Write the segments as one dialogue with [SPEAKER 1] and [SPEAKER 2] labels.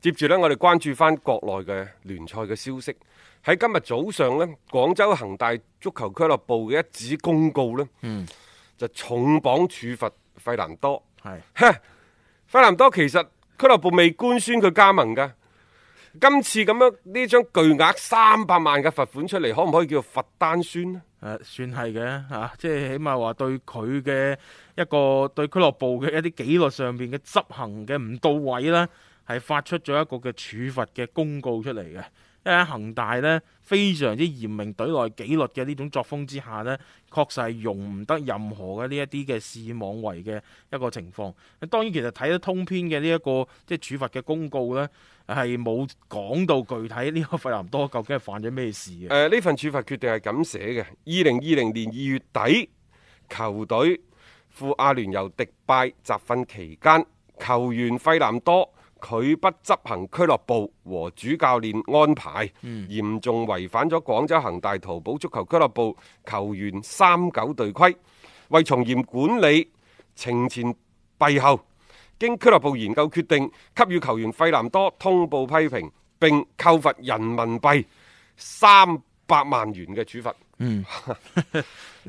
[SPEAKER 1] 接住呢，我哋關注翻國內嘅聯賽嘅消息。喺今日早上呢，廣州恒大足球俱樂部嘅一紙公告呢，
[SPEAKER 2] 嗯，
[SPEAKER 1] 就重磅處罰費南多。
[SPEAKER 2] 係
[SPEAKER 1] 哼，費南多其實俱樂部未官宣佢加盟㗎。今次咁樣呢張巨額三百萬嘅罰款出嚟，可唔可以叫做罰單宣呢？
[SPEAKER 2] 誒、呃算係嘅嚇，即係起碼話對佢嘅一個對俱樂部嘅一啲紀律上邊嘅執行嘅唔到位啦，係發出咗一個嘅處罰嘅公告出嚟嘅。因為喺恒大呢，非常之嚴明隊內紀律嘅呢種作風之下呢，確實係容唔得任何嘅呢一啲嘅肆意妄為嘅一個情況。當然其實睇得通篇嘅呢一個即係處罰嘅公告呢，係冇講到具體呢個費南多究竟係犯咗咩事嘅
[SPEAKER 1] 誒。呃呢、份處罰決定係咁寫嘅，二零二零年二月底，球隊赴阿聯酋迪拜集訓期間，球員費南多拒不執行俱樂部和主教練安排，嚴重違反咗廣州恒大淘寶足球俱樂部球員三九隊規，為從嚴管理，懲前毖後。經俱樂部研究決定，給予球員費南多通報批評，並扣罰人民幣三百萬元嘅處罰。
[SPEAKER 2] 嗯，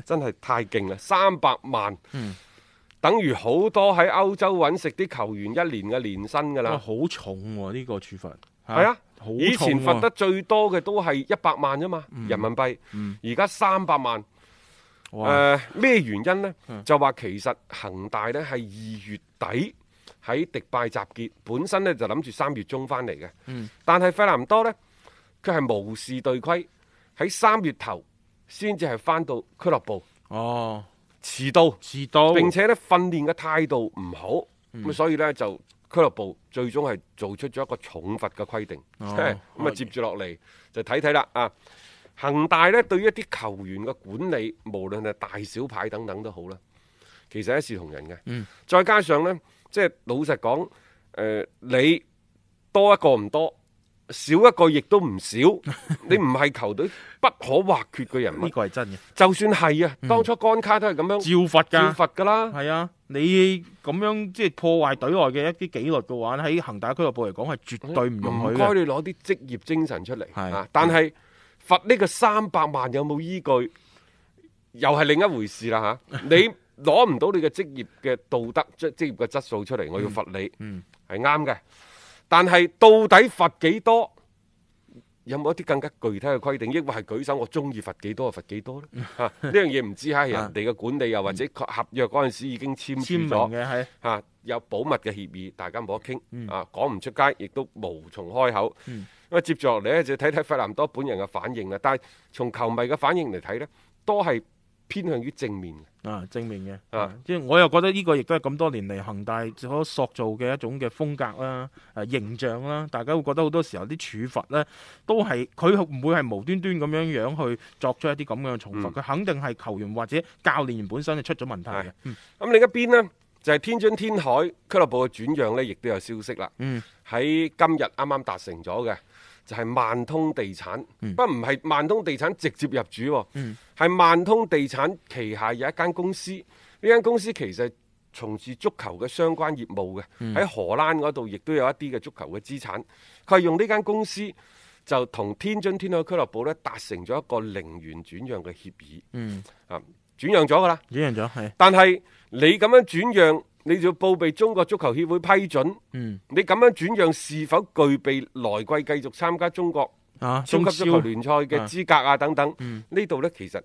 [SPEAKER 1] 真係太勁啦！三百萬，
[SPEAKER 2] 嗯
[SPEAKER 1] 等於好多喺歐洲揾食啲球員一年嘅年薪㗎
[SPEAKER 2] 哇
[SPEAKER 1] 啦。
[SPEAKER 2] 好重喎、呢、個處罰
[SPEAKER 1] 係啊，
[SPEAKER 2] 哦好重喎嗯
[SPEAKER 1] 以前罰得最多嘅都係一百萬啫嘛，人民幣。而家三百萬。
[SPEAKER 2] 哇
[SPEAKER 1] 誒呃咩、原因呢？就話其實恒大呢係二月底喺迪拜集結，本身呢就諗住三月中翻嚟嘅。但係費南多呢，佢係無視隊規，喺三月頭先至係翻到俱樂部
[SPEAKER 2] 哦，
[SPEAKER 1] 遲到，
[SPEAKER 2] 遲到
[SPEAKER 1] 並且呢訓練嘅態度唔好，咁、
[SPEAKER 2] 嗯
[SPEAKER 1] 所以呢就俱樂部最終係做出咗一個重罰嘅規定。
[SPEAKER 2] 哦
[SPEAKER 1] 咁啊，接住落嚟就睇睇啦啊！恒大呢對於一啲球員嘅管理，無論係大小牌等等都好啦，其實一視同仁嘅。
[SPEAKER 2] 嗯
[SPEAKER 1] 再加上呢，即係老實講，誒、呃你多一個唔多，少一個亦都唔 少，你唔係球隊不可或缺嘅人物
[SPEAKER 2] 呢。個係真嘅，
[SPEAKER 1] 就算係啊，當初干卡都係咁樣
[SPEAKER 2] 照罰
[SPEAKER 1] 照
[SPEAKER 2] 嗯㗎，
[SPEAKER 1] 罰㗎啦。
[SPEAKER 2] 係啊，你咁樣即係破壞隊內嘅一啲紀律嘅話，喺恒大俱樂部嚟講係絕對唔容許
[SPEAKER 1] 嗯該
[SPEAKER 2] 嘅。
[SPEAKER 1] 你攞啲職業精神出嚟
[SPEAKER 2] 係
[SPEAKER 1] 啊！但係罰呢個三百萬有冇依據，又係另一回事啦 嚇。你攞唔到你嘅職業嘅道德、即職業嘅質素出嚟，我要罰你
[SPEAKER 2] 嗯，
[SPEAKER 1] 係啱嘅。但係到底罰幾多？有冇一啲更加具體嘅規定？抑或係舉手我中意罰幾多就罰幾多呢？ 嚇呢樣嘢唔知喺人哋嘅管理，又啊或者
[SPEAKER 2] 嗯
[SPEAKER 1] 合約嗰陣時已經簽
[SPEAKER 2] 簽
[SPEAKER 1] 署
[SPEAKER 2] 名
[SPEAKER 1] 咗。
[SPEAKER 2] 嘅係
[SPEAKER 1] 嚇、啊有保密嘅協議，大家冇得傾，啊講唔出街，亦都無從開口。咁啊，接住落嚟咧就睇睇費南多本人嘅反應啦。但係從球迷嘅反應嚟睇呢，都係偏向於正面嘅。
[SPEAKER 2] 啊正面嘅，
[SPEAKER 1] 啊
[SPEAKER 2] 啊即係我又覺得呢個亦都係咁多年嚟恒大所塑造嘅一種嘅風格啦、誒形象啦，大家會覺得好多時候啲處罰呢，都係佢唔會係無端端咁樣樣去作出一啲咁樣嘅重罰，
[SPEAKER 1] 嗯
[SPEAKER 2] 佢、肯定係球員或者教練本身係出咗問題
[SPEAKER 1] 係
[SPEAKER 2] 嘅。嗯
[SPEAKER 1] 咁另一邊呢，就係、天津天海俱樂部嘅轉讓呢，亦都有消息啦。
[SPEAKER 2] 嗯
[SPEAKER 1] 喺今日啱啱達成咗嘅，就係、萬通地產，不過唔係萬通地產直接入主喎，係、萬通地產旗下有一間公司，呢間公司其實從事足球嘅相關業務嘅，喺、荷蘭嗰度亦都有一啲嘅足球嘅資產，佢係用呢間公司。就同天津天海俱樂部咧達成咗一個零元轉讓嘅協議，
[SPEAKER 2] 嗯，
[SPEAKER 1] 啊轉讓咗㗎啦，
[SPEAKER 2] 呢樣咗係
[SPEAKER 1] 但係你咁樣轉讓，你就要報備中國足球協會批准。
[SPEAKER 2] 嗯
[SPEAKER 1] 你咁樣轉讓是否具備來季繼續參加中國
[SPEAKER 2] 啊，
[SPEAKER 1] 超級
[SPEAKER 2] 中
[SPEAKER 1] 足球
[SPEAKER 2] 超嗯
[SPEAKER 1] 聯賽嘅資格啊？等等，呢度呢，其實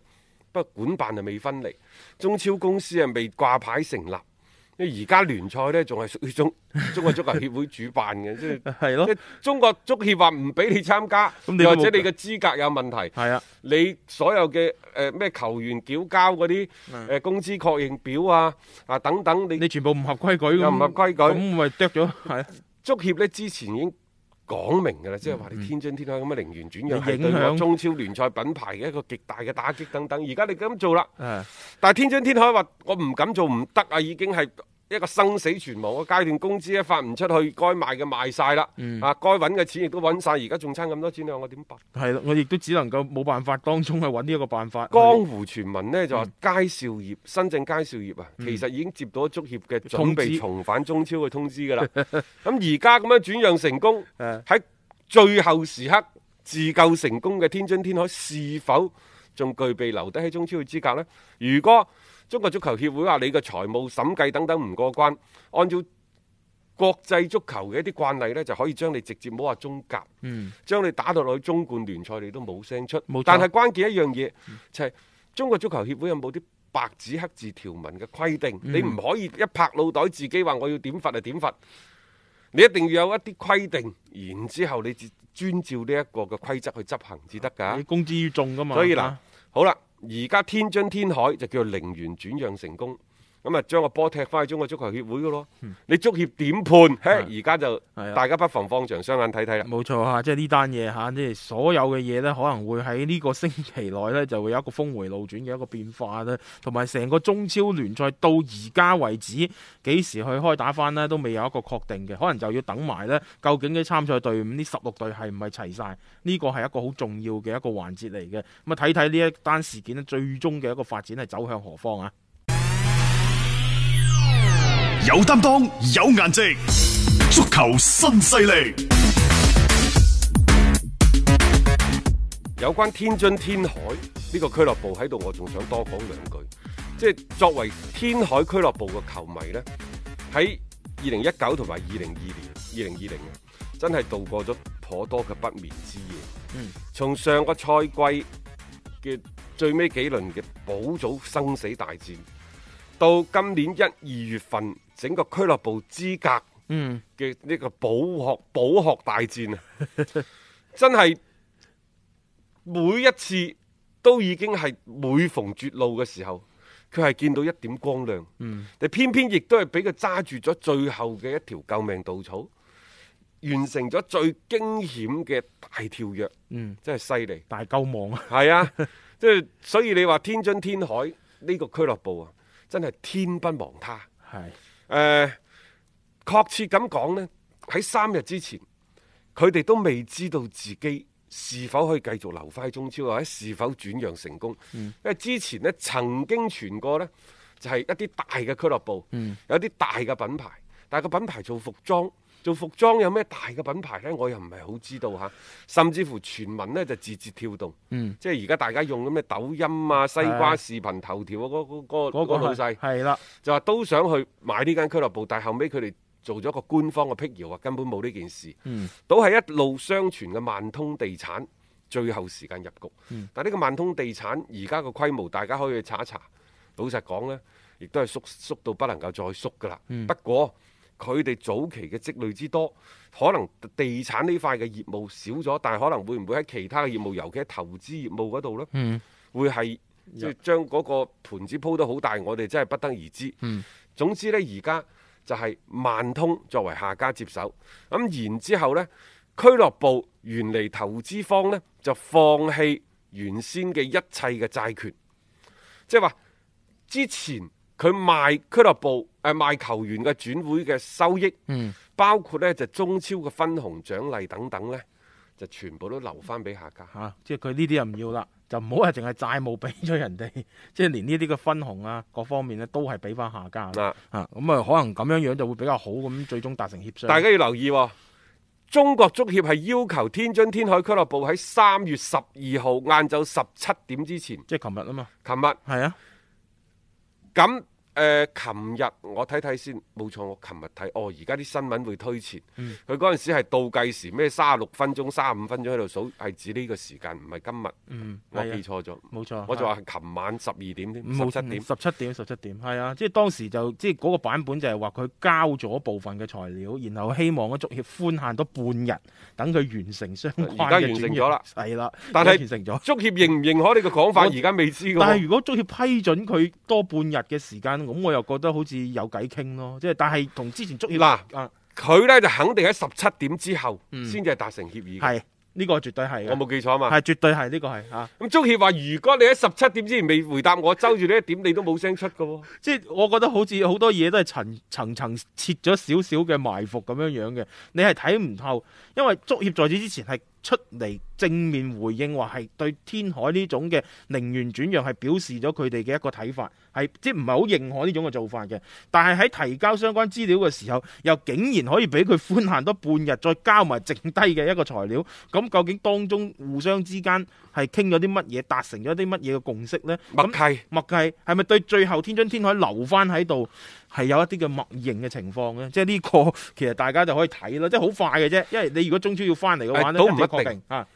[SPEAKER 1] 不過管辦係未分離，中超公司啊未掛牌成立。因為而家聯賽呢，仲係屬於中 中國足球協會主辦嘅，即係
[SPEAKER 2] 係咯
[SPEAKER 1] 即係中國足協話唔俾你參加，
[SPEAKER 2] 啊咁你
[SPEAKER 1] 又
[SPEAKER 2] 都
[SPEAKER 1] 或
[SPEAKER 2] 冇
[SPEAKER 1] 者你嘅資格有問題。
[SPEAKER 2] 係啊，
[SPEAKER 1] 你所有嘅誒咩球員繳交嗰啲
[SPEAKER 2] 啊
[SPEAKER 1] 誒工資確認表啊啊等等，你
[SPEAKER 2] 你全部唔合規矩咁，
[SPEAKER 1] 又唔合規矩
[SPEAKER 2] 咁咪剁咗係啊
[SPEAKER 1] 足協呢之前已經講明㗎啦，即係話
[SPEAKER 2] 嗯
[SPEAKER 1] 你天津天海咁嘅零元轉讓係
[SPEAKER 2] 你
[SPEAKER 1] 對
[SPEAKER 2] 影
[SPEAKER 1] 我
[SPEAKER 2] 響
[SPEAKER 1] 中超聯賽品牌嘅一個極大嘅打擊等等。而家你咁做啦，
[SPEAKER 2] 啊
[SPEAKER 1] 但係天津天海話我唔敢做唔得啊，已經係一個生死存亡嘅階段，工資一發唔出去，該賣嘅賣晒啦，
[SPEAKER 2] 嗯
[SPEAKER 1] 啊該揾嘅錢亦都揾晒，而家仲差咁多錢，你話我點辦？
[SPEAKER 2] 係啦，我亦都只能夠冇辦法當中去揾呢一個辦法去。
[SPEAKER 1] 江湖傳聞呢，就話佳兆業、深圳佳兆業啊，
[SPEAKER 2] 嗯
[SPEAKER 1] 其實已經接到足協嘅準
[SPEAKER 2] 通知
[SPEAKER 1] 備重返中超嘅通知 㗎啦。咁而家咁樣轉讓成功，
[SPEAKER 2] 誒
[SPEAKER 1] 喺最後時刻自救成功嘅天津天海，是否仲具備留低喺中超嘅資格呢？如果中國足球協會話你嘅財務審計等等唔過關，按照國際足球嘅一啲慣例呢，就可以將你直接冇話中甲。
[SPEAKER 2] 嗯
[SPEAKER 1] 將你打到落去中冠聯賽，你都冇聲出
[SPEAKER 2] 冇錯。嗯
[SPEAKER 1] 但係關鍵一樣嘢就係、中國足球協會有冇啲白紙黑字條文嘅規定？
[SPEAKER 2] 嗯
[SPEAKER 1] 你唔可以一拍腦袋自己話我要點罰啊就點罰，你一定要有一啲規定，然之後你至遵照呢一個嘅規則去執行至得
[SPEAKER 2] 啊你
[SPEAKER 1] 㗎。
[SPEAKER 2] 公之於眾噶嘛。
[SPEAKER 1] 啊所以嗱
[SPEAKER 2] 啊，，
[SPEAKER 1] 好啦，而家天津天海就叫零元轉讓成功。咁啊，將個波踢翻去中國足球協會嘅咯。你足協點判？嘿，而家就
[SPEAKER 2] 嗯係啊
[SPEAKER 1] 大家不妨放長雙眼睇睇啦。
[SPEAKER 2] 冇錯啊嚇，即係呢單嘢嚇，即係所有嘅嘢呢，可能會喺呢個星期內呢，就會有一個峰回路轉嘅一個變化啦，同埋成個中超聯賽到而家為止幾時去開打翻呢，都未有一個確定嘅，可能就要等埋呢，究竟啲參賽隊伍呢十六隊係唔係齊晒？呢個係一個好重要嘅一個環節嚟嘅，咁啊睇睇呢一單事件呢，最終嘅一個發展係走向何方啊！
[SPEAKER 3] 有担当，有颜值，足球新势力。
[SPEAKER 1] 有關天津天海呢個俱樂部喺度，我仲想多講兩句。即係作為天海俱樂部嘅球迷呢，喺二零一九同埋二零二年、二零二零啊，真係度過咗頗多嘅不眠之夜。
[SPEAKER 2] 嗯，
[SPEAKER 1] 從上個賽季嘅最尾幾輪嘅保組生死大戰，到今年一二月份整個俱樂部資格
[SPEAKER 2] 嗯，
[SPEAKER 1] 嘅呢個保學保學大戰啊， 真係每一次都已經係每逢絕路嘅時候，佢係見到一點光亮。嗯，但偏偏亦都係俾佢揸住咗最後嘅一條救命稻草，完成咗最驚險嘅大跳躍。
[SPEAKER 2] 嗯，
[SPEAKER 1] 真係犀利。
[SPEAKER 2] 大鳩望啊！
[SPEAKER 1] 係啊，即係所以你話天津天海呢個俱樂部啊，真係天不亡他。
[SPEAKER 2] 係
[SPEAKER 1] 誒、呃確切咁講呢，喺三日之前，佢哋都未知道自己是否可以繼續留翻喺中超，或者是否轉讓成功。因為之前呢曾經傳過呢，就係、一啲大嘅俱樂部，有啲大嘅品牌，但係個品牌做服裝。做服裝有咩大嘅品牌呢？我又唔係好知道嚇，甚至乎傳聞呢就字節跳動，
[SPEAKER 2] 嗯
[SPEAKER 1] 即係而家大家用嘅咩抖音啊、西瓜視頻、頭條啊嗰嗰嗰嗰個老細
[SPEAKER 2] 係，係啦，
[SPEAKER 1] 就話都想去買呢間俱樂部，但係後尾佢哋做咗個官方嘅辟謠，話根本冇呢件事，
[SPEAKER 2] 嗯
[SPEAKER 1] 都係一路相傳嘅萬通地產最後時間入局。但呢個萬通地產而家個規模，大家可以去查一查。老實講呢，亦都係縮縮到不能夠再縮㗎啦。不過佢哋早期嘅積累之多，可能地產呢塊嘅業務少咗，但係可能會唔會喺其他嘅業務，尤其喺投資業務嗰度呢？
[SPEAKER 2] 嗯。
[SPEAKER 1] 會係即係將嗰個盤子鋪得好大，我哋真係不得而知。
[SPEAKER 2] 嗯、
[SPEAKER 1] 總之呢，而家就係萬通作為下家接手，咁然之後呢，俱樂部原嚟投資方呢，就放棄原先嘅一切嘅債權，即係話之前佢賣俱樂部誒、呃、賣球員嘅轉會嘅收益，
[SPEAKER 2] 嗯
[SPEAKER 1] 包括呢就中超嘅分紅獎勵等等呢，就全部都留翻俾下家。
[SPEAKER 2] 嚇、啊即係佢呢啲又唔要啦，就唔好話淨係債務俾咗人哋， 即係連呢啲嘅分紅啊，各方面咧都係俾翻下家啦。
[SPEAKER 1] 嗱、
[SPEAKER 2] 啊，咁啊，可能咁樣樣就會比較好，咁最終達成協商。
[SPEAKER 1] 大家要留意、喎，中國足協係要求天津天海俱樂部喺三月十二號晏晝十七點之前，
[SPEAKER 2] 即係琴日啊嘛，
[SPEAKER 1] 琴日
[SPEAKER 2] 係啊，
[SPEAKER 1] 咁誒，琴日、我睇睇先，冇錯，我琴日睇，哦，而家啲新聞會推前，
[SPEAKER 2] 嗯
[SPEAKER 1] 佢嗰陣時係倒計時，咩三十六分鐘、三十五分鐘喺度數，係指呢個時間，唔係今日，
[SPEAKER 2] 嗯，
[SPEAKER 1] 我
[SPEAKER 2] 係啊
[SPEAKER 1] 記錯咗，
[SPEAKER 2] 冇錯，
[SPEAKER 1] 我就
[SPEAKER 2] 係
[SPEAKER 1] 話係琴晚十二點添，
[SPEAKER 2] 冇
[SPEAKER 1] 十七點。
[SPEAKER 2] 十七點，十七點，係啊，即係當時就即係嗰個版本就係話佢交咗部分嘅材料，然後希望嗰足協寬限多半日，等佢完成相關嘅
[SPEAKER 1] 而家完成
[SPEAKER 2] 轉
[SPEAKER 1] 咗啦
[SPEAKER 2] 讓係啦，
[SPEAKER 1] 但係
[SPEAKER 2] 完成咗。
[SPEAKER 1] 足協認唔認可你個講法？
[SPEAKER 2] 我
[SPEAKER 1] 而家未知㗎
[SPEAKER 2] 但
[SPEAKER 1] 喎
[SPEAKER 2] 係。如果足協批准佢多半日嘅時間，咁我又覺得好似有偈傾咯。即係但係同之前足協
[SPEAKER 1] 嗱
[SPEAKER 2] 啊，
[SPEAKER 1] 佢呢就肯定喺十七點之後
[SPEAKER 2] 嗯
[SPEAKER 1] 先至係達成協議嘅。
[SPEAKER 2] 係呢個絕對係嘅，
[SPEAKER 1] 我冇記錯啊嘛。
[SPEAKER 2] 係絕對係呢個係啊。
[SPEAKER 1] 咁足協話：如果你喺十七點之前未回答我，周住呢一點，你都冇聲出噶喎。
[SPEAKER 2] 即係我覺得好似好多嘢都係層層層設咗少少嘅埋伏咁樣樣嘅，你係睇唔透，因為足協在此之前係出嚟正面回應話係對天海呢種嘅零元轉讓係表示咗佢哋嘅一個睇法，係即係唔係好認可呢種嘅做法嘅。但係喺提交相關資料嘅時候，又竟然可以俾佢寬限多半日，再交埋剩低嘅一個材料，咁究竟當中互相之間係傾咗啲乜嘢，達成咗啲乜嘢嘅共識呢？
[SPEAKER 1] 默
[SPEAKER 2] 咁
[SPEAKER 1] 契
[SPEAKER 2] 默契係咪對最後天津天海留翻喺度係有一啲嘅默認嘅情況咧？即係呢個其實大家就可以睇啦，即係好快嘅啫。因為你如果中超要翻嚟嘅
[SPEAKER 1] 誒
[SPEAKER 2] 話咧，
[SPEAKER 1] 都唔
[SPEAKER 2] 即係
[SPEAKER 1] 一定
[SPEAKER 2] 確定啊，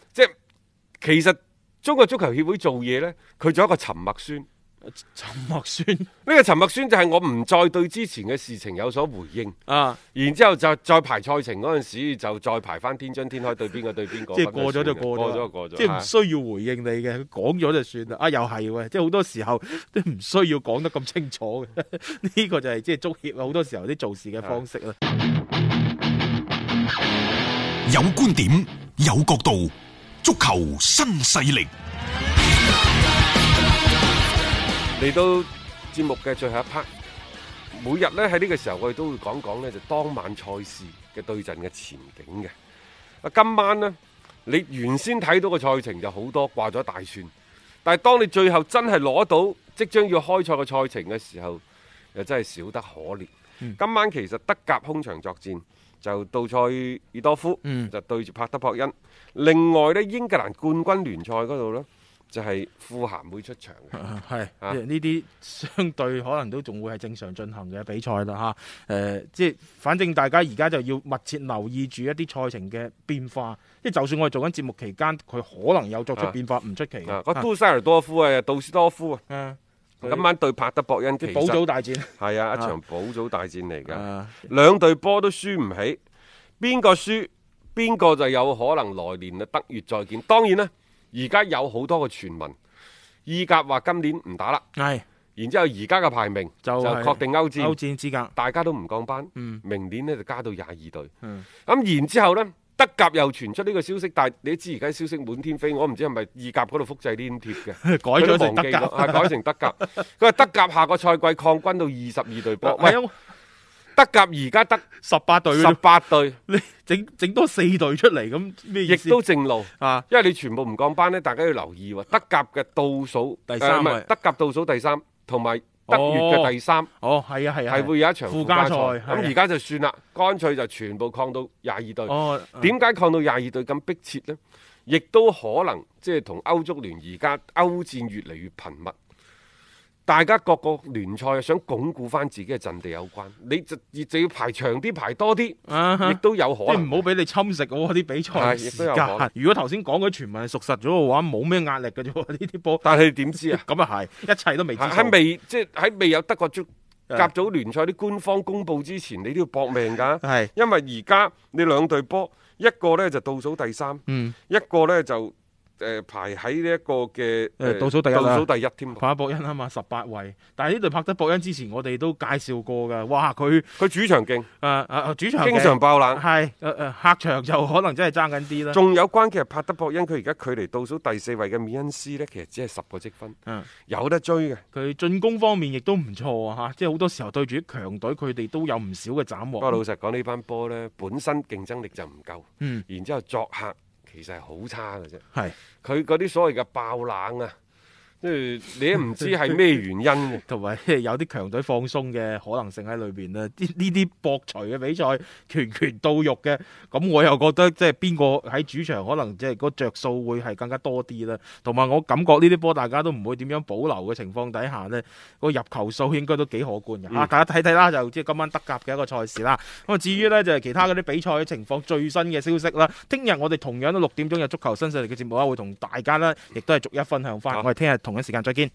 [SPEAKER 1] 其實中國足球協會做嘢呢，佢做一個沉默宣。呢、
[SPEAKER 2] 沉默宣
[SPEAKER 1] 個沉默宣就係我唔再對之前嘅事情有所回應，
[SPEAKER 2] 啊，
[SPEAKER 1] 然之後就再排賽程嗰陣時就再排翻天津天海對邊個對邊個。
[SPEAKER 2] 即係過咗就過
[SPEAKER 1] 過咗
[SPEAKER 2] 咗
[SPEAKER 1] 就
[SPEAKER 2] 啦，
[SPEAKER 1] 過咗。
[SPEAKER 2] 即係唔需要回應你嘅，佢講咗就算啦。啊，又係喎，即係好多時候都唔需要講得咁清楚嘅。 呢個就係即係足協好多時候啲做事嘅
[SPEAKER 1] 啊
[SPEAKER 2] 方式啦。
[SPEAKER 3] 有观点，有角度，足球新势力，
[SPEAKER 1] 嚟到節目嘅最後一 part，每日呢喺呢個時候，我哋都會講講呢就當晚賽事嘅對陣嘅前景嘅。啊，今晚呢，你原先睇到嘅賽程就好多掛咗大蒜，但係當你最後真係攞到即將要開賽嘅賽程嘅時候，又真係少得可憐。今晚其實德甲空場作戰就杜塞爾多夫、
[SPEAKER 2] 嗯
[SPEAKER 1] 就對住帕德博恩，另外呢，英格蘭冠軍聯賽嗰度呢，就係、富咸會出場嘅。
[SPEAKER 2] 啊係，
[SPEAKER 1] 啊
[SPEAKER 2] 即係呢啲相對可能都仲會係正常進行嘅比賽啦嚇。誒、即係反正大家而家就要密切留意住一啲賽程嘅變化。即係就算我哋做緊節目期間，佢可能有作出
[SPEAKER 1] 啊
[SPEAKER 2] 變化，唔出奇嘅。
[SPEAKER 1] 啊，個都塞爾多夫啊，杜斯多夫啊，
[SPEAKER 2] 啊
[SPEAKER 1] 今晚對帕德博恩，其
[SPEAKER 2] 即係保
[SPEAKER 1] 實
[SPEAKER 2] 組大戰。
[SPEAKER 1] 係啊，一場保組大戰嚟㗎，
[SPEAKER 2] 啊
[SPEAKER 1] 兩隊波都輸唔起，邊個輸邊個就有可能來年啊德乙再見。當然啦，而家有好多個傳聞，意甲話今年唔打啦，
[SPEAKER 2] 係
[SPEAKER 1] 然之後而家嘅排名就
[SPEAKER 2] 就係
[SPEAKER 1] 確定歐
[SPEAKER 2] 歐
[SPEAKER 1] 戰，
[SPEAKER 2] 戰 資格。
[SPEAKER 1] 大家都唔降班，
[SPEAKER 2] 嗯
[SPEAKER 1] 明年呢就加到廿二隊。
[SPEAKER 2] 嗯
[SPEAKER 1] 咁然之後呢，德甲又傳出呢個消息，但係你都知而家消息滿天飛，我唔知係咪意甲嗰度複製黏貼嘅。
[SPEAKER 2] 改咗成德
[SPEAKER 1] 佢
[SPEAKER 2] 甲
[SPEAKER 1] 都忘記咗啊改成德甲。佢話德甲下個賽季擴軍到二十二隊波，喂，
[SPEAKER 2] 係啊，
[SPEAKER 1] 德甲而家得
[SPEAKER 2] 十八隊
[SPEAKER 1] 十
[SPEAKER 2] 嗰度，
[SPEAKER 1] 八隊，
[SPEAKER 2] 你整整多四隊出嚟咁咩意
[SPEAKER 1] 亦
[SPEAKER 2] 思？
[SPEAKER 1] 都正路。
[SPEAKER 2] 啊，
[SPEAKER 1] 因為你全部唔降班呢，大家要留意喎。德甲嘅倒數呃
[SPEAKER 2] 第
[SPEAKER 1] 誒
[SPEAKER 2] 三
[SPEAKER 1] 唔係
[SPEAKER 2] 位
[SPEAKER 1] 德甲倒數第三，同埋德乙嘅第三
[SPEAKER 2] 哦，係啊，係啊，
[SPEAKER 1] 係會有一場
[SPEAKER 2] 附
[SPEAKER 1] 附
[SPEAKER 2] 加
[SPEAKER 1] 加
[SPEAKER 2] 賽
[SPEAKER 1] 賽。
[SPEAKER 2] 係啊
[SPEAKER 1] 咁而家就算啦，乾脆就全部擴到廿二隊。
[SPEAKER 2] 哦，
[SPEAKER 1] 點解抗到廿二隊咁迫切呢？亦都可能即係同歐足聯而家歐戰越嚟越頻密，大家各個聯賽想鞏固翻自己嘅陣地有關，你就就要排長啲，排多啲，
[SPEAKER 2] 啊哈
[SPEAKER 1] 亦都有可
[SPEAKER 2] 即係
[SPEAKER 1] 能
[SPEAKER 2] 唔。好俾你侵蝕我啲比賽
[SPEAKER 1] 係
[SPEAKER 2] 時
[SPEAKER 1] 亦都有可
[SPEAKER 2] 間
[SPEAKER 1] 能。
[SPEAKER 2] 如果頭先講嗰啲傳聞係屬實咗嘅話，冇咩壓力嘅啫喎，呢啲波
[SPEAKER 1] 但係你點知啊？
[SPEAKER 2] 咁啊係，一切都未知數。嗯
[SPEAKER 1] 喺喺未即係喺未有德國足
[SPEAKER 2] 誒
[SPEAKER 1] 甲組聯賽啲官方公佈之前，你都要搏命㗎，
[SPEAKER 2] 係
[SPEAKER 1] 因為而家你兩隊波，一個呢就倒數第三，
[SPEAKER 2] 嗯，
[SPEAKER 1] 一個呢就誒排喺呢一個嘅
[SPEAKER 2] 誒
[SPEAKER 1] 誒
[SPEAKER 2] 倒數第一啦
[SPEAKER 1] 倒數第一添。
[SPEAKER 2] 帕德博恩啊嘛，十八位。但係呢隊帕德博恩之前我哋都介紹過㗎，哇！佢
[SPEAKER 1] 佢主場勁，
[SPEAKER 2] 誒誒主場嘅
[SPEAKER 1] 經常爆冷。
[SPEAKER 2] 係誒誒客場就可能真係爭緊啲啦。
[SPEAKER 1] 仲有關鍵係帕德博恩，佢而家距離倒數第四位嘅米恩斯呢，其實只係十個積分，
[SPEAKER 2] 嗯
[SPEAKER 1] 有得追嘅。
[SPEAKER 2] 佢進攻方面亦都唔錯啊！嚇，即係好多時候對住啲強隊，佢哋都有唔少嘅斬
[SPEAKER 1] 不過老
[SPEAKER 2] 獲。
[SPEAKER 1] 實講，呢班波呢，本身競爭力就唔夠，
[SPEAKER 2] 嗯，
[SPEAKER 1] 然之後作客其實係好差嘅啫。
[SPEAKER 2] 係。
[SPEAKER 1] 佢嗰啲所謂嘅爆冷啊，即係你都唔知係咩原因嘅
[SPEAKER 2] 同埋即係有啲強隊放鬆嘅可能性喺裏邊啦。呢呢啲博除嘅比賽，拳拳到肉嘅，咁我又覺得即係邊個喺主場可能即係個着數會係更加多啲啦。同埋我感覺呢啲波大家都唔會點樣保留嘅情況底下呢，個入球數應該都幾可觀嘅。
[SPEAKER 1] 嗯
[SPEAKER 2] 啊，大家睇睇啦，就即係今晚德甲嘅一個賽事啦。咁啊，至於呢，就係其他嗰啲比賽嘅情況最新嘅消息啦。聽日我哋同樣都六點鐘有足球新勢力嘅節目啦，會同大家呢亦都係逐一分享翻。
[SPEAKER 1] 好
[SPEAKER 2] 我哋聽日同一時間再見。